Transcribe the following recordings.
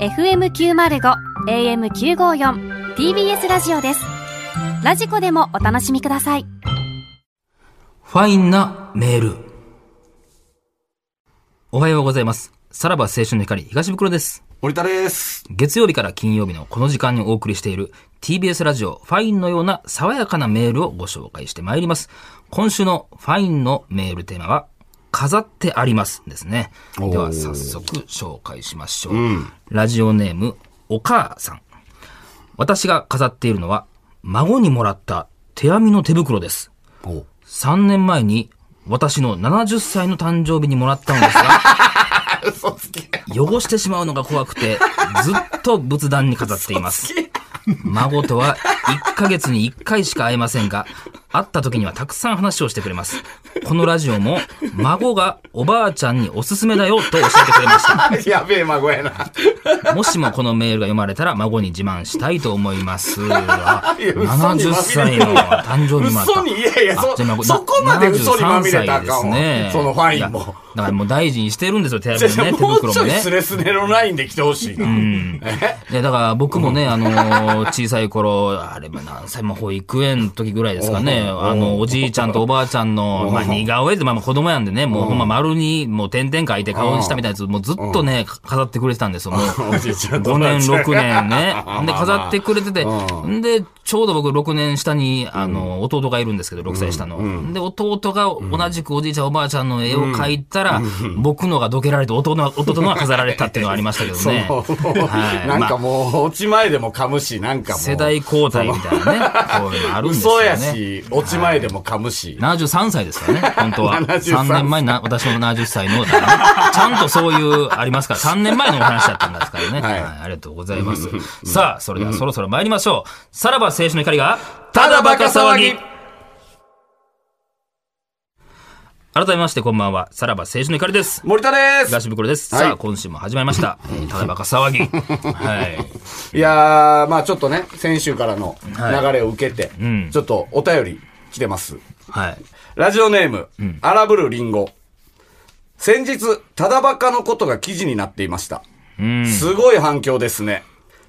FM905 AM954 TBS ラジオです。ラジコでもお楽しみください。ファインなメール。おはようございます。さらば青春の光、東袋です。森田です。月曜日から金曜日のこの時間にお送りしている TBS ラジオファインのような爽やかなメールをご紹介してまいります。今週のファインのメールテーマは、飾ってありますですね。では早速紹介しましょう。ラジオネーム、お母さん。私が飾っているのは、孫にもらった手編みの手袋です。お3年前に私の70歳の誕生日にもらったのですが、嘘つき。汚してしまうのが怖く て、ずっと仏壇に飾っています。孫とは1ヶ月に1回しか会えませんが、会った時にはたくさん話をしてくれます。このラジオも、孫がおばあちゃんにおすすめだよと教えてくれました。 やべえ孫やな。もしもこのメールが読まれたら孫に自慢したいと思います。あいや嘘に70まみ歳れのたわ誕生日もあった。嘘にいやいやそあじゃあ孫そこまで嘘にまみれたらあ73かんわ歳ですねそのファインもいやだからもう大事にしてるんですよ、手 じゃ紙もね、じゃ手もう袋ちもょいね。スレスレのラインで来てほしいな。 いや、だから僕もね、あのー、小さい頃、あれ、まあ何歳も保育園の時ぐらいですかね、あの、おじいちゃんとおばあちゃんの、まあ、似顔絵で、まあまあ子供やんでね、もうほんま丸に、もう点々書いて顔にしたみたいなやつ、もうずっとね、飾ってくれてたんですよ、もう。 おじいちゃんと5おばあ年、ちゃん6年ね まあま。あで、飾ってくれてて、、うんで、ちょうど僕6年下に、あの、弟がいるんですけど、6歳下の。で、弟が同じくおじいちゃん、おばあちゃんの絵を描いたら、僕のがどけられて、弟の、弟のが飾られたっていうのはありましたけど ね。もうはいなんかまもう、落ち前でも噛むし、なんかもう。世代交代みたいなね、こういうのあるんですよ嘘ね。やし、落ち前でも噛むし。 73歳ですからね、本当は。 73 3年前にな、私の70歳の、だからねちゃんとそういう、ありますから、3年前のお話だったんですからね。は、はいいありがとうございます。さあ、それではそろそろ参りましょう。さらば青春の光が、ただバカ騒ぎ改めまして、こんばんは。さらば青春の光です。森田です。東袋です。はいさあ、今週も始まりました。えーただバカ騒ぎ。はい。いやー、まあちょっとね、先週からの流れを受けて、んちょっとお便り来てます。はい。ラジオネーム、荒ぶるリンゴ。先日、ただバカのことが記事になっていました。すごい反響ですね。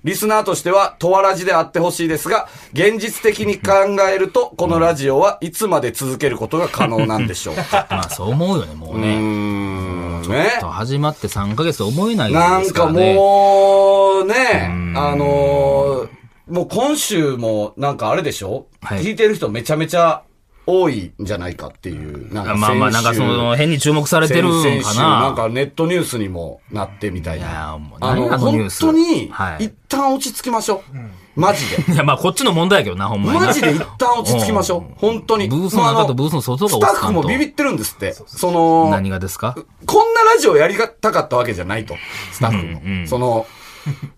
リスナーとしては、とわらじであってほしいですが、現実的に考えると、このラジオはいつまで続けることが可能なんでしょ うか。まあ、そう思うよね、もううーね。ん、ね。始まって3ヶ月と思えないなでんすかからね。もう、ね、あのーもう今週もなんかあれでしょ、はい聞いてる人めちゃめちゃ多いんじゃないかっていう。なんかまあまあ、先な週んかその、変に注目されてるん先々か週な。なんかネットニュースにもなってみたいいやな。ーもうあ何あの、のニュ本ース当には、い一旦落ち着きましょう。マジで。いや、まあ、こっちの問題やけどな、ほんまにな。マジで一旦落ち着きましょううん。本当に。ブースのもうあ中とブースの外がス落ちタッ着かフんともビビってるんですって。その、何がですかこんなラジオやりたかったわけじゃないと。スタッフも。その、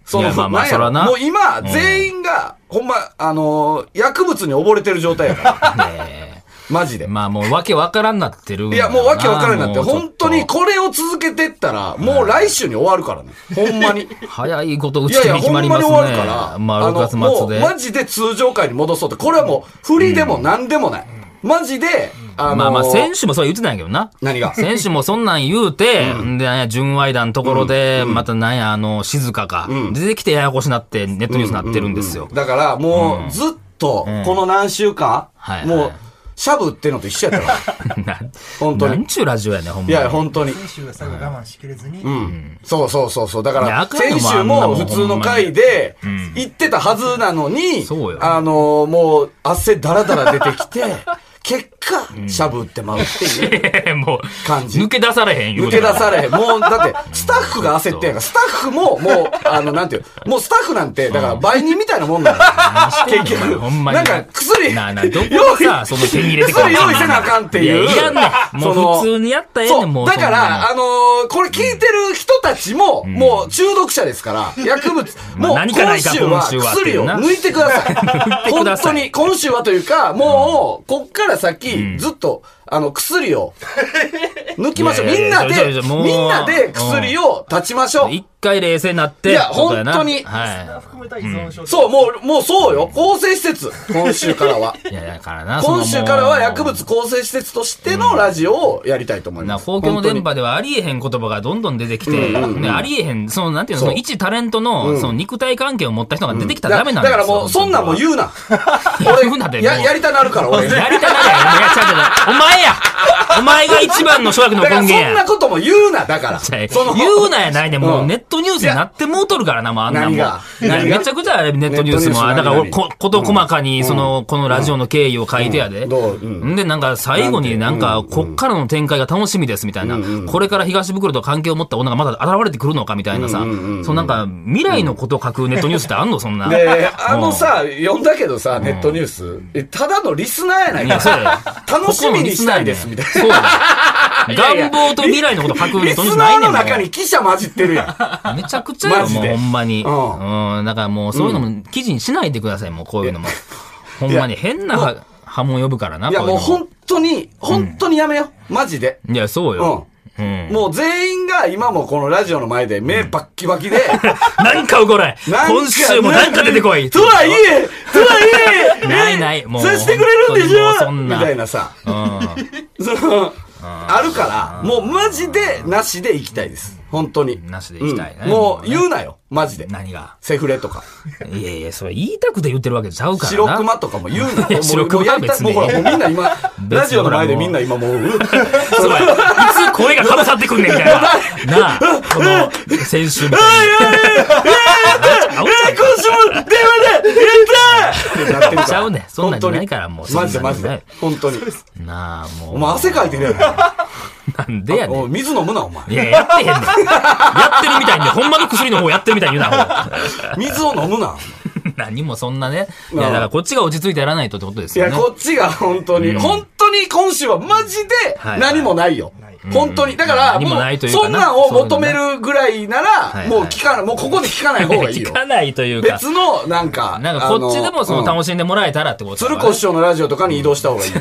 そいやまあまあなんやろそらなもう今、全員が、ほんま、あのー、薬物に溺れてる状態やから。 ねマジでえ。まあ、もうわけわからんなってるんいだや、なもうわけわからんなって、もうちょっと本当にこれを続けてったら、もう来週に終わるからね。ほん まに。い早いこと打ちやい切や、り決ほんままりにます終ね。わるから、まああ、の、6も月う、末で。マジで通常回に戻そうって、これはもう、振りでも何でもない。マジで、あのー、まあまあ、選手もそう言ってないけどな。何が選手もそんなん言うて、ん、で、なんや純愛団のところで、またなんや、あの、静かか、出てきてややこしなって、ネットニュースなってるんですよ。だからもうずっとこの何週間、はいはいもうシャブ売ってんのと一緒やったわ な本当になんちゅうラジオやねん、ほんまいに。や、本当に。選手が最後我慢しきれずに、うん。そうそうそうそう。だかいやあら、かんよ先もう週あんもなもん普通の回で言ってたはずなのにそうよ、 あの、もう汗だらだら出てきて、結果、しゃぶってまうっていう。もう、感じ抜け出されへん抜け出されれへん。もう、だって、スタッフが焦ってんやから、スタッフも、もう、あの、なんていう、もうスタッフなんて、だから、売人みたいなもんなんだよ。結局。ほんまに。なんか、薬、なあなあ、どこでさ、その手に入れてくる薬用意せなあかんっていう。やいらんねんそものう普通にやったらええそねん、もう。う。だかそんなのら、あのーこれ聞いてる人たちも、もう中毒者で すから、薬物、まあもう何かな今いか週は今週はってい薬うをな抜いてくだ さてい。く本ださい当に、今週はというか、もう、こっから先、ずっと、あの、薬を、抜きましょう。いやいやみんないやいやいやで、もうみんなで薬を断ちましょう。一回冷静になって。いやってことな本当には含めた依存症そう、もう、もうそうよ。更生施設、今週からは。い。いや、だから な。今週からは薬物そ構成施設としてのラジオをやりたいと思いの。もうなます。公共の電本波ではありえへん言葉がどんどん出てきて、ねありえへん、その、なんていうの、そそうの一タレントの、その肉体関係を持った人が出てきたらダ当メになんでだすかよ。らもう、そんなんもうう。言 うな。言うなで俺、やもうやりたなるから、俺。だやりたないやろいやちゃうちゃうちゃうお前やお前が一番の諸悪のか根ら、源そんなや。ことも言うな、だから。ちゃうその言うなやないねんもううんネットニュースになってもうとるからな、もうあんなもん。何がいや何がめちゃくちゃあれネットニュースも、あネットニュだースから俺、何ここと細かに、その、このラジオの経緯を書いてやで。うんどううんんで、なんか最後になんなかん、てこっからの展開が楽しみですみたいな。これから東袋と関係を持った女がまだ現れてくるのかみたいなさ。うんうんうんうんそのなんか、未来のことを書くネットニュースってあんのそんな。で、あのさ、読んだけどさ、ネットニュース、えただのリスナーやないいかや、そうら。や。楽しみにしたいです、みたいな。そうだ。 いや願望と未来のこと書くネリットニューススナないーねんのも中んに記者混じってるやん。めちゃくちゃよ、マジもうでほんまに。ううん。だからもうそういうのも記事にしないでください、もうこういうのも。ほんまに変なは波紋呼ぶからな、いや、こういうもうの本当に、本当にやめよう。マジで。いや、そうよ。うん。もう全員が今もこのラジオの前で目バッキバキで、なんか怒れなん か今週もなんか出てこいとはいえ、とはいえ、ないないもうさしてくれるんでし本当にょもうそんみなたいなさ、う その、あるから、もうマジでなしで行きたいです。本当に。ん。なしでいきたいね。うんもうね言うなよ、マジで。何がセフレとか。いやいや、それ言いたくて言ってるわけちゃうからな。白熊とかも言うなよ。もう白熊もうやりたい別にもうほら、もうみんな今、にラジオの前でみんな今もう、うん そうやいつ声がかぶさってくんねんみたいな。なあ、この、先週みたいな。あおちゃう今週も電話でやったーってなってるからちゃうねそんなんじゃないからもうそんなマんジじでゃないマジで。本当に。なあ、もう。お前汗かいて るやろ。なんでやねおいん。水飲むな、お前。いや、やってへんねん。やってるみたいに、ほんまの薬の方やってるみたいに言うな、水を飲むな。ほん 何もそんなね。いや、だからこっちが落ち着いてやらないとってことですいよや、ね。こっちが本当に、本当に今週はマジではい何もないよ。本当に。だから、何も、もないうというかなそんなんを求めるぐらいなら、いもう聞かない、もうここで聞かない方がい い聞よ。かないというか。別の、なんか、なんかこっちでもそのし楽しんでもらえたらってことだか鶴ら子師匠のラジオとかに移動した方 がいいよ。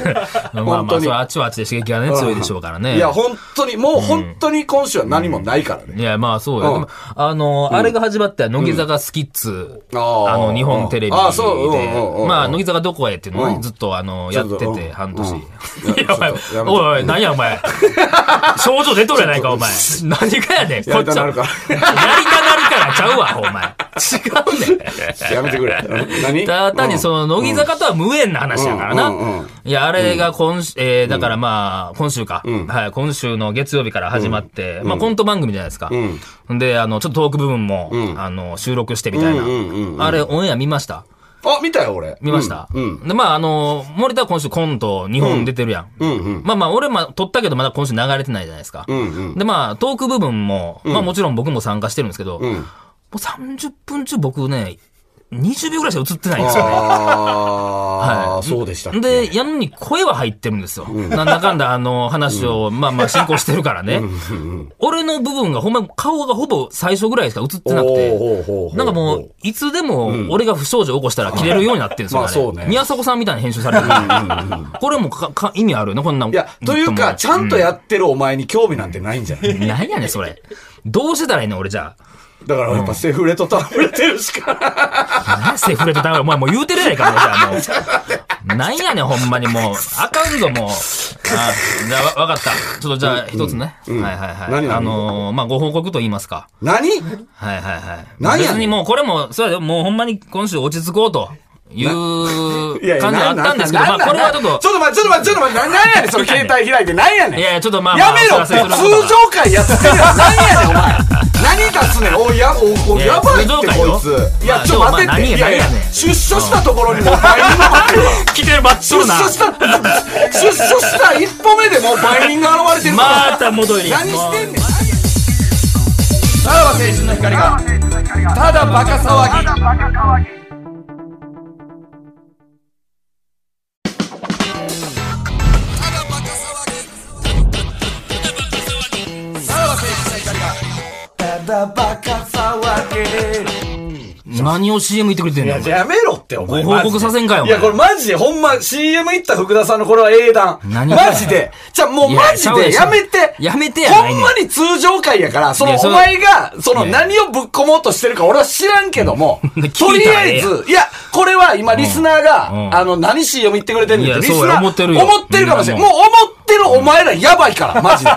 まあ本ま当あ、そにれ。はあっちはあっちで刺激がね、強いでしょうからね。いや、本当に、もう本当に今週は何もないからね。いや、まあそうよ。うでんもあの、あれが始まったら乃木坂スキッズ、うんあの、日本テレビで、あーそううんうんうんまあ、乃木坂どこへっていうのをね、うんずっとあの、やってちょっとうて、ん半年。うんいや、お前ちょっとや、めておいおい、何やお前。症状出とるやないか、お前。 何かやねん、こやっりたちなは。やりたるかなるからちゃうわ、お前。違うねん。 やめてくれ。何ただ単にその、乃木坂とは無縁な話やからな。うんうんうんいや、あれが今週、えー、だからまあ、今週か、んはい、今週の月曜日から始まって、まあコント番組じゃないですか。で、あの、ちょっとトーク部分も、んあの、収録してみたいな。うんうんうんうんあれ、オンエア見ましたあ、見たよ、俺。見ました、うん。で、まあ、あの、森田は今週コント2本出てるやん。うんうん。まあまあ、俺、まあ、撮ったけど、まだ今週流れてないじゃないですか。うんうん。で、まあ、トーク部分も、まあもちろん僕も参加してるんですけど、うもん。う30分中僕ね、20秒ぐらいしか映ってないんですよね。あはあ、いそうでしたっけ。で、やのに声は入ってるんですよ。なんだかんだあの話を、まあまあ進行してるからね。俺の部分がほんま顔がほぼ最初ぐらいしか映ってなくおーほうほうほてう。なんかもう、いつでも俺が不祥事起こしたら切れるようになってるんですよ、 まあそうね宮迫さんみたいに編集されてる。これもかか意味あるよね、こんなん。いや、というか、ちゃんとやってるお前に興味なんてないんじゃない、うん。何やねん、それ。どうしてたらいいの俺じゃだからやっぱセフレと倒れてるし かない。あ。何セフレとダメお前もう言うてるやないか、もうじゃあもう。何やねん、ほんまにもう。あかんぞ、もう。あ、じゃあ、わわかった。ちょっとじゃあ、一つね。んはいはいはい。何何あのー、まあ、ご報告と言いますか。何はいはいはい。何やねん別にもうこれも、それはもうほんまに今週落ち着こうといういやいや、感じはあったんですけど、まなあこれはちょっちと、ょっと待って、ちょっと待って、ちょっと待って、ななんやねん、その携帯開いて、なんやねん。いやいや、ちょっとまあまあ、やめろおっ知てらせする通ことが常会やってるやん。なんやねん、お前。なん何出すねんおいやおおいややばいっ水道て館よこいついまやあちょっとで待もまっあ何てってやいやい何ややねん出所したところにもう倍人が待ってるわ来てるバッチ出ョな所した出所した一歩目でもう倍人が現れてるからまた戻り何してんねんさらば青春の光がただバカ騒ぎ何を CM 言ってくれてんいのや、やめろって、お前。ご報告させんかよマジでいや、これマジで、ほんま、CM 行った福田さんのこれは英断。何マジで。じゃあ、もういやマジで、ちゃやうやんめて。やめてやないほねんんまに通常会やから、そいの、やそおれ前が、その、ね何をぶっ込もうとしてるか俺は知らんけども、うん と聞いりたあらえええやんず、いや、これは今、リスナーうんうが、んあの、何 CM 言ってくれてんねんって、いリやスそうナやー、思ってるよ思ってるかもしれん。うんもう、思ってるお前らやば いから、マジで。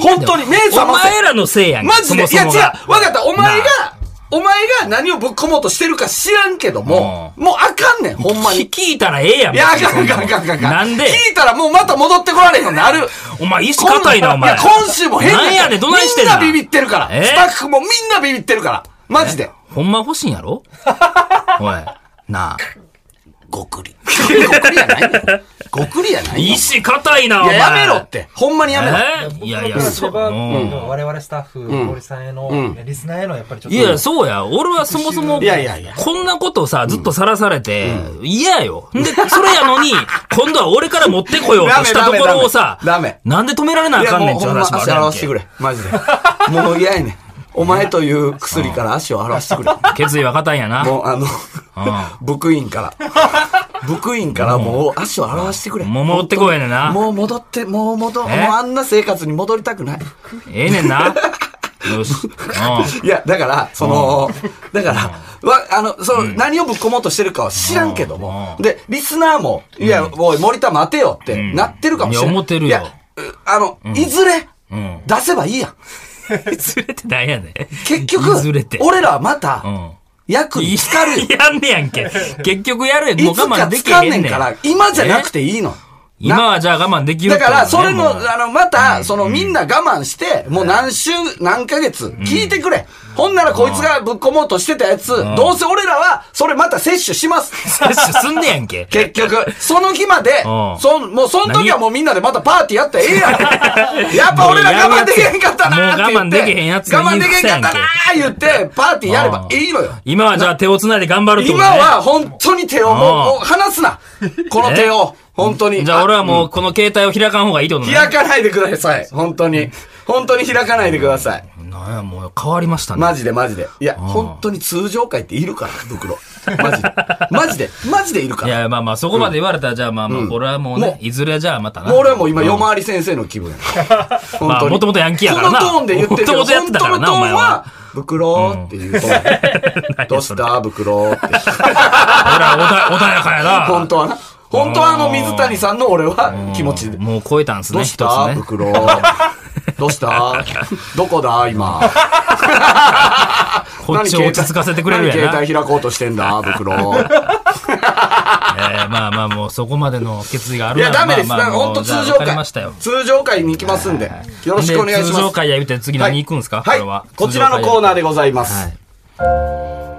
本当に、目覚おませ。前らのせいやんマジでそもそもいやが違うわかったお前がな、お前が何をぶっ込もうとしてるか知らんけども、もうあかんねん、ほんま聞に。聞いたらええやんいや、あ別かんあにかんあかんあかん。なんで聞いたらもうまた戻ってこられへんようになる。お前意識硬いなお前いや、今週も変なんやねんどないしてんみんなだビビってるから。えスタッフもみんなビビってるから。マジで。ほんま欲しいんや ろおいなあごくり。ごくりやないねん。ごくりやないよ。意志硬いなおいや、前やめろって。ほんまにやめろ。えーいやいやそ僕はう我々スタッフ、森さんへの、リスナーへのやっぱりちょっと。いや、そうや。俺はそもそも、いやいやいやこんなことさ、ずっとさらされて、嫌、よ。で、それやの に、今度は俺から持ってこようとしたところをさ、ダメダメダメなんで止められなあいやかんねんもっうてほんま話もあ足るや洗んわけしてくれ。マジで。もう嫌やねん。お前という薬から足を洗わしてくれ。決意は硬いんやな。 もうあの、うブクイン から。ブクインからもう足を洗わしてくれ。もう戻ってこいやねんなもう戻って、もう戻、もうえあんな生活に戻りたくない。ええねん な。よし。ういや、だから、その、だから、わ、あの、その、何をぶっ込もうとしてるかは知らんけども。うんで、リスナーも、いや、おい、森田待てよってんなってるかもしれない。いや思ってるよいやうあの、いずれ、ん出せばいいやん。ん。ずれてなんやねん。結局いずれて。、俺らはまうた、ん。役に浸かるよ。やんねやんけ。結局やるやん。もいうつか我慢でき掴へんんねねんん。から、今じゃなくていいの。今はじゃあ我慢できるだってこかとねら、それの、もうあの、また、その、みんな我慢して、もう何週、何ヶ月、聞いてくれ。ほんなら、こいつがぶっ込もうとしてたやつ、どうせ俺らは、それまた摂取します。 摂取すんねやんけ。結局、その日まで、うんそん、もうその時は何もうみんなでまたパーティーやったら ええやん。やっぱ俺ら我慢できへんかったなーって言っもて。う我慢できへんやつが我慢言うできへん癖かやっんたけなー言って、パーティーやればいいのよ。今はじゃあ手を繋いで頑張るってこと今ね。は本当に手を、もううんもう離すな。この手を、本当に。じゃあ俺はもうこの携帯を開かん方がいいってことね。開かないでください。本当に。本当に開かないでください。なんや、もう変わりましたね。マジでマジで。いや、本当に通常会っているから、袋。マ ジで。マジで、マジでいるかいら。や、まあまあ、そこまで言われたら、じゃあまあまあ、これはもうもね、ういずれじゃあまたな。もう俺はもう今、夜回り先生の気分や。本まあ当に。もともとヤンキーやからなこのトーンで言ってるけど、もともとやって本た当かのらなトーお前ンはは、袋ってい うトーン。どうした袋って。俺はおだ穏やかやな。 本当はな。本当はあの水谷さんの俺は気持ちで。もう超えたんすどね、う一しつねた。袋。ど うしたどこだ今。こっちを落ち着かせてくれるや何携な。帯開こうとしてん だ、袋。えーまあまあ、もうそこまでの決意があいるや、ダメです。まあまあもう本当じゃあ通常わかりました会よ。。通常会に行きますんで、よろしくお願いしでます。通常会や言うて次何行くんすか、はいこれは。こちらのコーナーでごございまはす。い。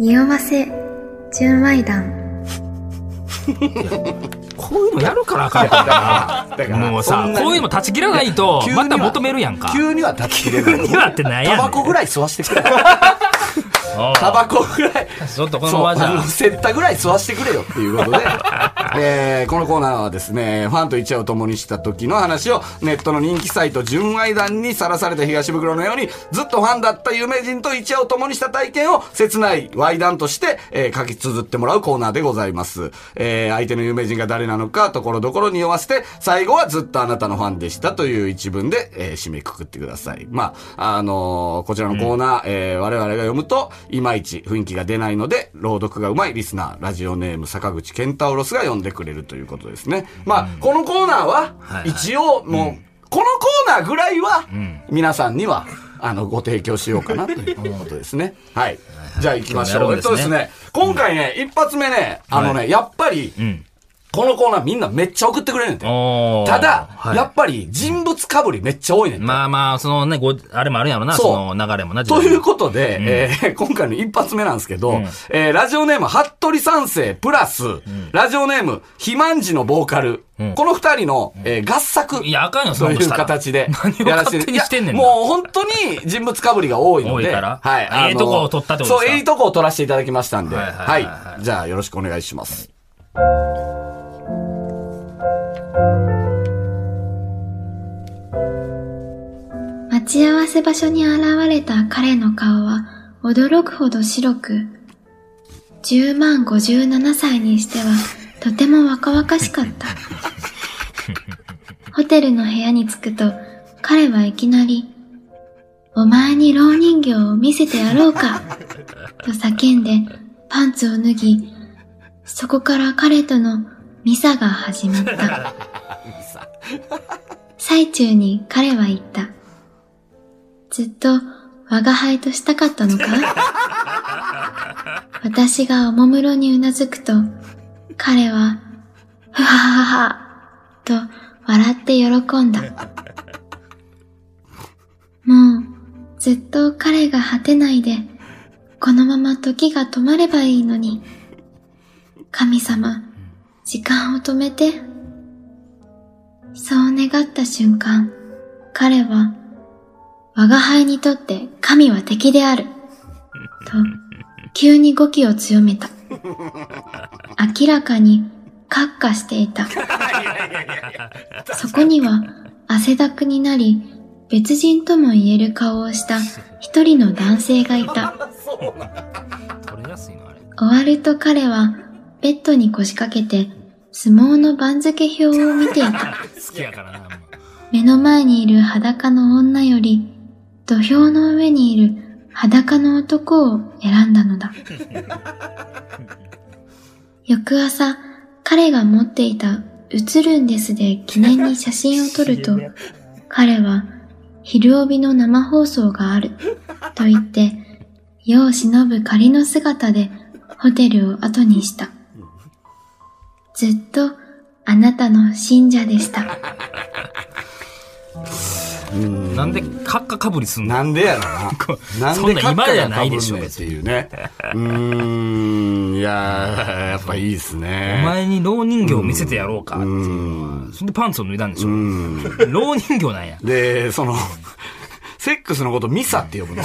匂わせ純愛団こういうのやるからあかんかだかららな。もうそさん、なにこういうの断ち切らないと急、にはまた求めるやんか。急には立ち切 れない。にはってなんやねタんバコぐらい吸わし てくれ。タバコぐらい。ちょっとこのそままう、じあゃの、接待ぐらい吸わしてくれよっていう ことで、えー、このコーナーはですね、ファンと一夜を共にした時の話を、ネットの人気サイト、純愛団にさらされた東袋のように、ずっとファンだった有名人と一夜を共にした体験を、切ない愛談として、えー書き綴ってもらうコーナーでございます。えー、相手の有名人が誰なのか、ところどころに匂わせて、最後はずっとあなたのファンでしたという一文で、えー締めくくってください。まあ、あのーこちらのコーナー、えー我々が読むと、いまいち雰囲気が出ないので、朗読がうまいリスナー、ラジオネーム坂口健太郎スが読んでくれるということですね。まあ、このコーナーは、はい一応、もう、このコーナーぐらいは、皆さんには、あの、ご提供しようかなということですね。はい。じゃあ行きましょう。やろえうっですとねですね、今回ね、一発目ね、あのね、やっぱり、ん。このコーナーみんなめっちゃ送ってくれるんて。おーただ、はいやっぱり人物かぶりめっちゃ多いねんて。まあまあ、そのね、ご、あれもあるんやろな、そうその流れもな。ということで、えー 今回の一発目なんですけど、えーラジオネーム、服部三世プラス、ラジオネーム、肥満児のボーカル、この二人の、えー合作。いやあかんよそんとなこといしうたら形で何をやらせて。勝手にしてんねんいなやもう本当に人物かぶりが多いので。多いからはい。あのええとこを取ったってことですかそう、ええとこを取らせていただきましたんで。ははいいはいはいはいじゃあ、よろしくお願いします。待ち合わせ場所に現れた彼の顔は驚くほど白く、10万57歳にしてはとても若々しかった。ホテルの部屋に着くと彼はいきなり、お前に老人形を見せてやろうか、と叫んでパンツを脱ぎ、そこから彼とのミサが始まった。最中に彼は言った。ずっと我が輩としたかったのか私がおもむろにうなずくと、彼は、ふはははは、と笑って喜んだ。もう、ずっと彼が果てないで、このまま時が止まればいいのに。神様、時間を止めて。そう願った瞬間、彼は、我が輩にとって神は敵である。と、急に語気を強めた。明らかに、閣下していた。そこには、汗だくになり、別人とも言える顔をした一人の男性がいた。取れやすいの、あれ。終わると彼は、ベッドに腰掛けて、相撲の番付表を見ていた。好きやからな、もう。目の前にいる裸の女より、土俵の上にいる裸の男を選んだのだ。翌朝、彼が持っていた映るんですで記念に写真を撮ると、彼は、昼帯の生放送がある、と言って、世を忍ぶ仮の姿でホテルを後にした。ずっと、あなたの信者でした。なんで、閣下かぶりすんのなんでやろ な。なんで閣下が被んねんっていうね。うーん、いやー、やっぱいいですおね。前に老人形を見せてやろうかっていうう。んそれでパンツを脱いだんでしょ。うん老人形なんや。で、その、セックスのことミサって呼 ぶの。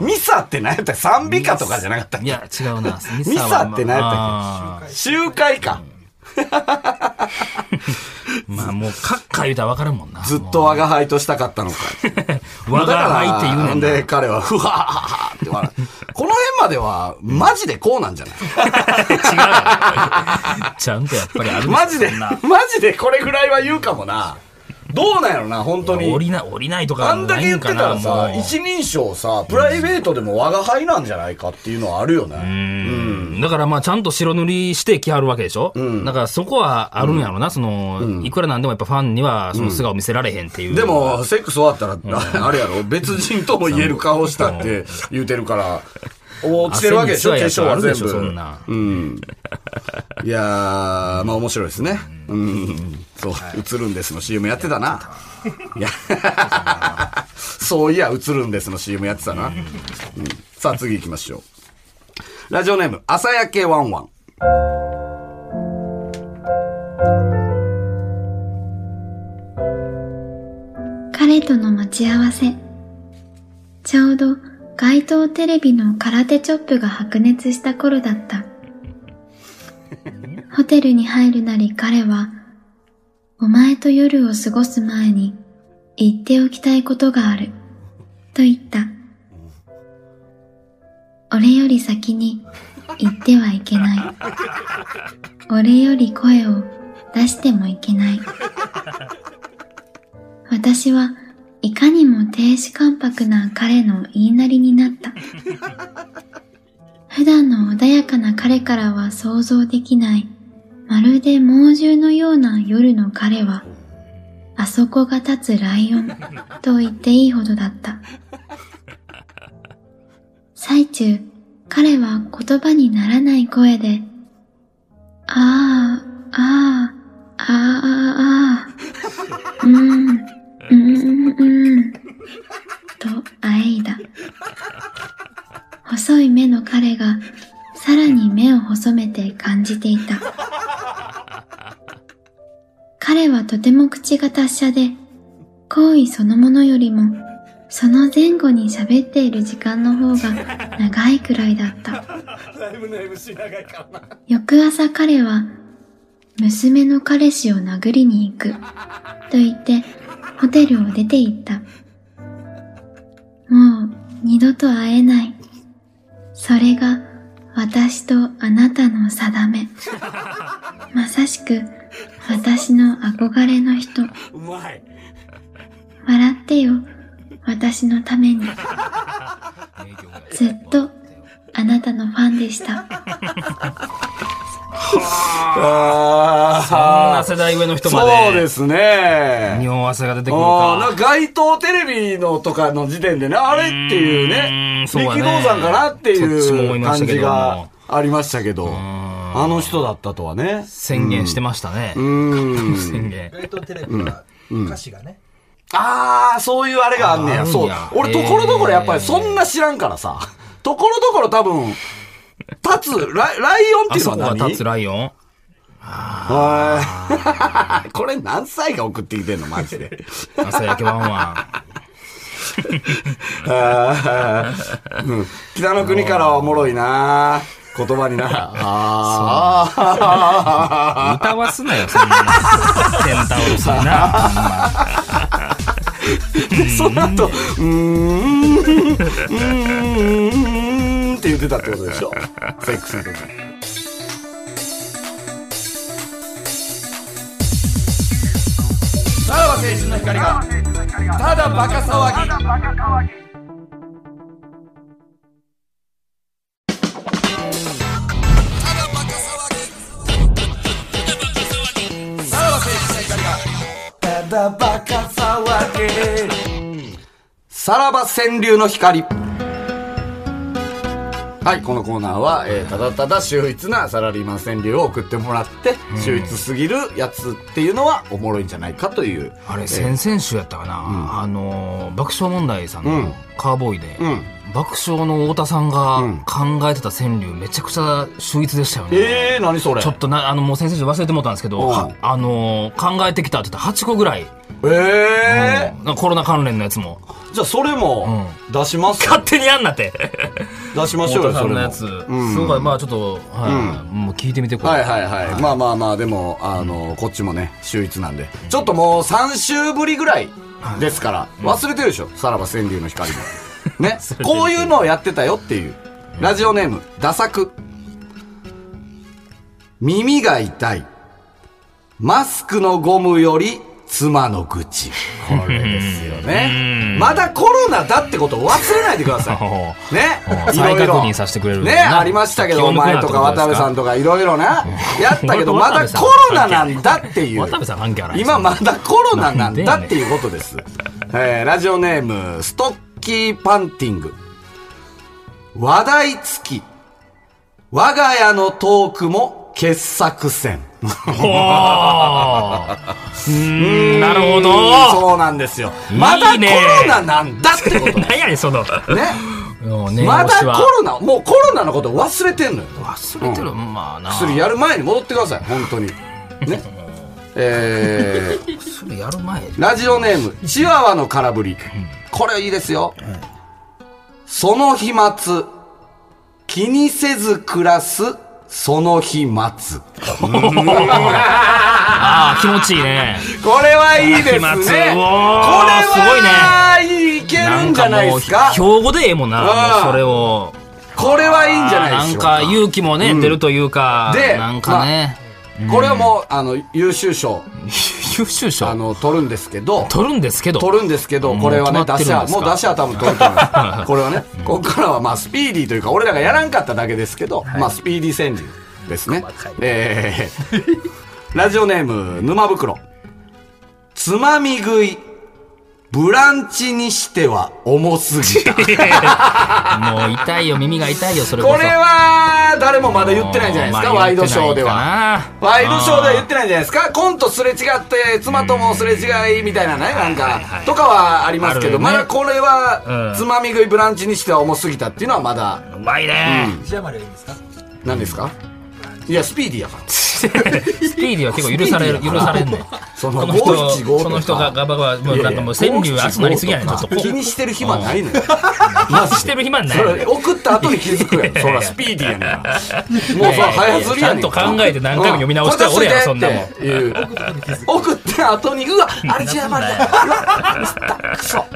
ミサって何やった賛美歌とかじゃなかったっいけや、違うな。ミミサって何やったっけっ集会か。けまあもう、閣下言うたらわかるもんな。ずっと我が輩としたかっ たのか。もう。わがはいって言うねんだからで、な。彼は、ふわははって笑う。この辺までは、マジでこうなんじゃないちゃんとやっぱりある マジで、そんマなジでこれぐらいは言うかもな。どうなんやろな、本当降に。りな、降りないとかあんだけ言ってたらないさんかな、もう一人称さ、プライベートでも我が輩なんじゃないかっていうのはあるよね。だからまあちゃんと白塗りしてきはるわけでしょ、だからそこはあるんやろな、その、いくらなんでもやっぱファンにはその素顔見せられへんっていう。でも、セックス終わったら、 あれやろ、別人とも言える顔したって言うてるから、落ちてるわけでしょ、化汗に強いや粧つあはるで全しょ部。そんなうん。いやー、まあ面白いですね。うん。そう、映るんですの CM やってたな。いや、そういや、映るんですの CM やってたな。うんさあ、次行きましょう。ラジオネーム、朝焼けワンワン。彼との待ち合わせ。ちょうど街頭テレビの空手チョップが白熱した頃だった。ホテルに入るなり彼は、お前と夜を過ごす前に言っておきたいことがある、と言った。俺より先に言ってはいけない。俺より声を出してもいけない。私はいかにも停止関白な彼の言いなりになった。 普段の穏やかな彼からは想像できない、まるで猛獣のような夜の彼は、あそこが立つライオン と言っていいほどだった。最中、彼は言葉にならない声で、ああ、ああ、ああ、ああ、うん、うん、うん、と、あえいだ。細い目の彼が、さらに目を細めて感じていた。彼はとても口が達者で、行為そのものよりも、その前後に喋っている時間の方が長いくらいだった。翌朝彼は、娘の彼氏を殴りに行く、と言って、ホテルを出て行った。もう二度と会えない。それが私とあなたの定め。まさしく私の憧れの人。うまい。笑ってよ、私の ために。ずっとあなたのファンでした。あそんな世代上の人まで。そうですね。匂わせが出てくるあーなんか。か街頭テレビのとかの時点でね、あれっていうね、うーんそうだね力道山かなってそっちも思いいうまし感たけじどもがありましたけど、あの人だったとはね。宣言してましたね。うん。宣言。街頭テレビは歌詞がね、ああ、そういうあれがあんねあや。ーそうあ。るんや俺、ところどころやっぱりそんな知らんからさ。ところどころ多分、立つ、ライライオンっあていうそのこはが何立つライオンはい これ何歳が送ってきてんのマジで。朝焼けワンワあーうん北の国からはおもろいな言 葉になら。あン。歌わすなよ、そんなの。ケンタウロスにな。ーその後、うーん、うーんうーんって言ってたってことでしょセックスの時。さらば青春の光が、ただバカ騒ぎ。ただバカ騒げさらば川柳の光はい、このコーナーは、えーただただ秀逸なサラリーマン川柳を送ってもらって、秀逸すぎるやつっていうのはおもろいんじゃないかという。あれ、先々週やったかな。あのー、爆笑問題さんうんのカーボーイでん、爆笑の太田さんが考えてた川柳、めちゃくちゃ秀逸でしたよね。えー、何それちょっとな、あの、もう先々週忘れてもうたんですけど、うんはあのー考えてきたって言って8個ぐらい、えうんなんかコロナ関連のやつも、ー、じゃあそれも出します、勝手にやんなって。出しましょう太田よ、そされんも。のやつ、すごい、まあちょっと、はい、もう聞いてみてこれはいはいはい。まあまあまあ、でも、あの、こっちもね、秀逸なんで。ちょっともう3週ぶりぐらいですから、忘れてるでしょ、さらば川柳 の光も。ね、こういうのをやってたよっていう。ラジオネーム、ダサク。耳が痛い。マスクのゴムより妻の愚痴。これですよね。まだコロナだってことを忘れないでくだ さい。おうねう、んいろい再ろ確認させてくれるね、なありましたけ気ど、をお抜くな前とかってこと渡ですか部さんとかいろいろな、やったけど、ま俺と 渡だ部さんコロナなんだっていう渡部さん関係あらへ。ん今まだコロナなんだっていうことです。えーラジオネーム、ストッキーパンティング。話題付き。我が家のトークも傑作選。おーうーんなるほど。そうなんですよ。いいねまだコロナなんだってこと。ね。何や ねん、その。ねまだコロナ、もうコロナのこと忘れてんのよ。忘れてる、まあな。薬やる前に戻ってください本当にねえー、薬やる前ラジオネームチワワの空振りこれいいですよ、その飛沫気にせず暮らすその飛沫ああ、気持ちいいね。これはいいです飛ねこれ沫うおーはいいけるんじゃないですかなんもう、標語でええもんな、うんもうそれを。これはいいんじゃないなでしんょうかか勇気もね、出るというか、でなんかね、これはもうあの優秀賞優秀賞あの取るんですけど取るんですけど、取るんですけど、もうこれはね、決まって出しるんは、ですかもう出しは多分取ると思い ます。これはね、ここからはまあスピーディーというか、俺らがやらんかっただけですけど、まあスピーディー川柳ですね。 えーラジオネーム、沼袋。つまみ食い。ブランチにしては重す ぎた。こもう痛いよ、耳が痛いよ、それこそ。れは、誰もまだ言ってないんじゃないですまか、あワイドショーでは。。ワイドショーでは言ってないんじゃないですかコントすれ違って、妻ともすれ違いみたいなね、なんか、とかはありますけあるよど、ねまだこれうはん、つまみ食いブランチにしては重すぎたっていうのはまだ、うまいね。一夜まではいいんですか何ですかいや、スピーディーやから。スピーディーは結構許される、許されんねん。そこのの人、 515とか。その人がガバガバ、もうなんかもういやいや川柳熱くなりすぎやねん、ちょっと。こ気うにしてる暇ないのよ。マジしてる暇ないそれ送った後に気づくやん。そら、スピーディーやんから。もうそら、早すりやねんから。ちゃんと考えて何回も読み直したら俺やろうんこれ出してっていう送った後に、うわ、あれ違う、まだ。うわ、ミスった。クソ。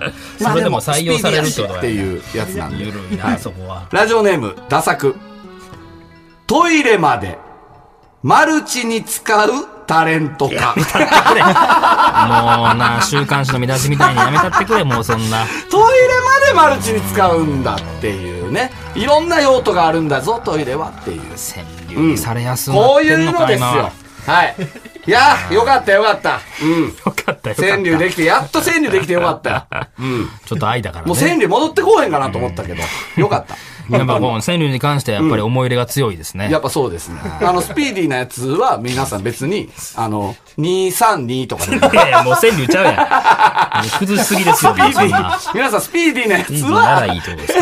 まあそれでも採用されるってスピこーディーやとしやっていうやつなんゆで。るいな、そこは。ラジオネーム、ダサク。トイレまで、マルチに使うタレントか。もうな、週刊誌の見出しみたいにやめたってくれ、もうそんな。トイレまでマルチに使うんだっていうねいろんな用途があるんだぞトイレはっていう川柳にされやすくなこっういてんうののか、です今よは。はいいやよかったよかったうんよかったよか川っ柳た。できてやっと川柳できてよかったよ、うん、ちょっと愛だからね。もう川柳戻ってこうへんかなと思ったけどよかったやっぱこう、川柳に関してはやっぱり思い入れが強いですね。やっぱそうですねあのスピーディーなやつは皆さん別にあの232とかでいやいや、もう川柳ちゃうやん。崩しすぎ ですよ、もうそんな。皆さんスピーディーなやついいならいいはってことです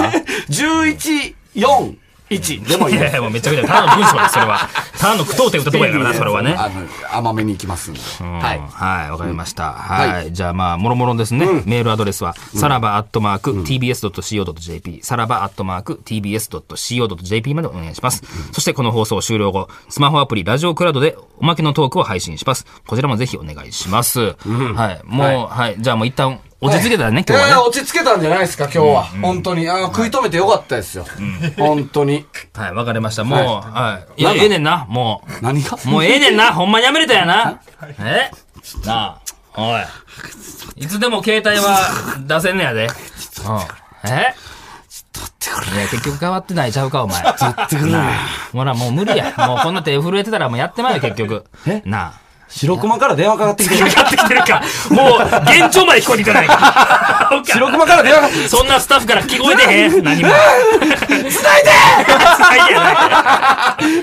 か1141でもいいいですやいや、もうめちゃくちゃ、ただの文章です、それは。ただの句読点歌とこやからな、それはね。あの甘めに行きますんで。うんははいい。。わかりました。はい。はじゃあまあ、もろもろですね、メールアドレスは、さらばアットマーク tbs.co.jp、さらばアットマーク tbs.co.jp までお願いします。そしてこの放送終了後、スマホアプリラジオクラウドでおまけのトークを配信します。こちらもぜひお願いします。はい。もう、はい。じゃあもう一旦、落ち着けたらね、今い日やいやはね。落ち着けたんじゃないですか、今日は。本当に。あの食い止めてよかったですよ。本当に。はい、わかりました。もう、はいはい。いや、なんだええねんな、もう。何がもうええねん な、ほんまにやめれたやな。えなあ、おい。いつでも携帯は出せんねやで。うん。えいや、結局変わってないちゃうか、お前。取ってくれほら、もう無理や。もうこんな手震えてたらもうやってまうよ、結局。えなあ。白熊から電話かかってきてる。やってきてる か。もう、現状まで聞こえていかない か。そうか白熊から電話かかってそんなスタッフから聞こえてへん何も。つないでつないでつないで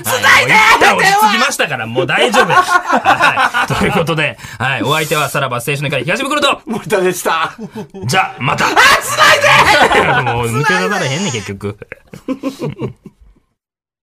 落ち着きましたから、もう大丈夫です。はい。ということで、はい。お相手はさらば青春の会東袋と、森田でした。 じゃあ、また。つないでもう抜け出されへんねん、結局。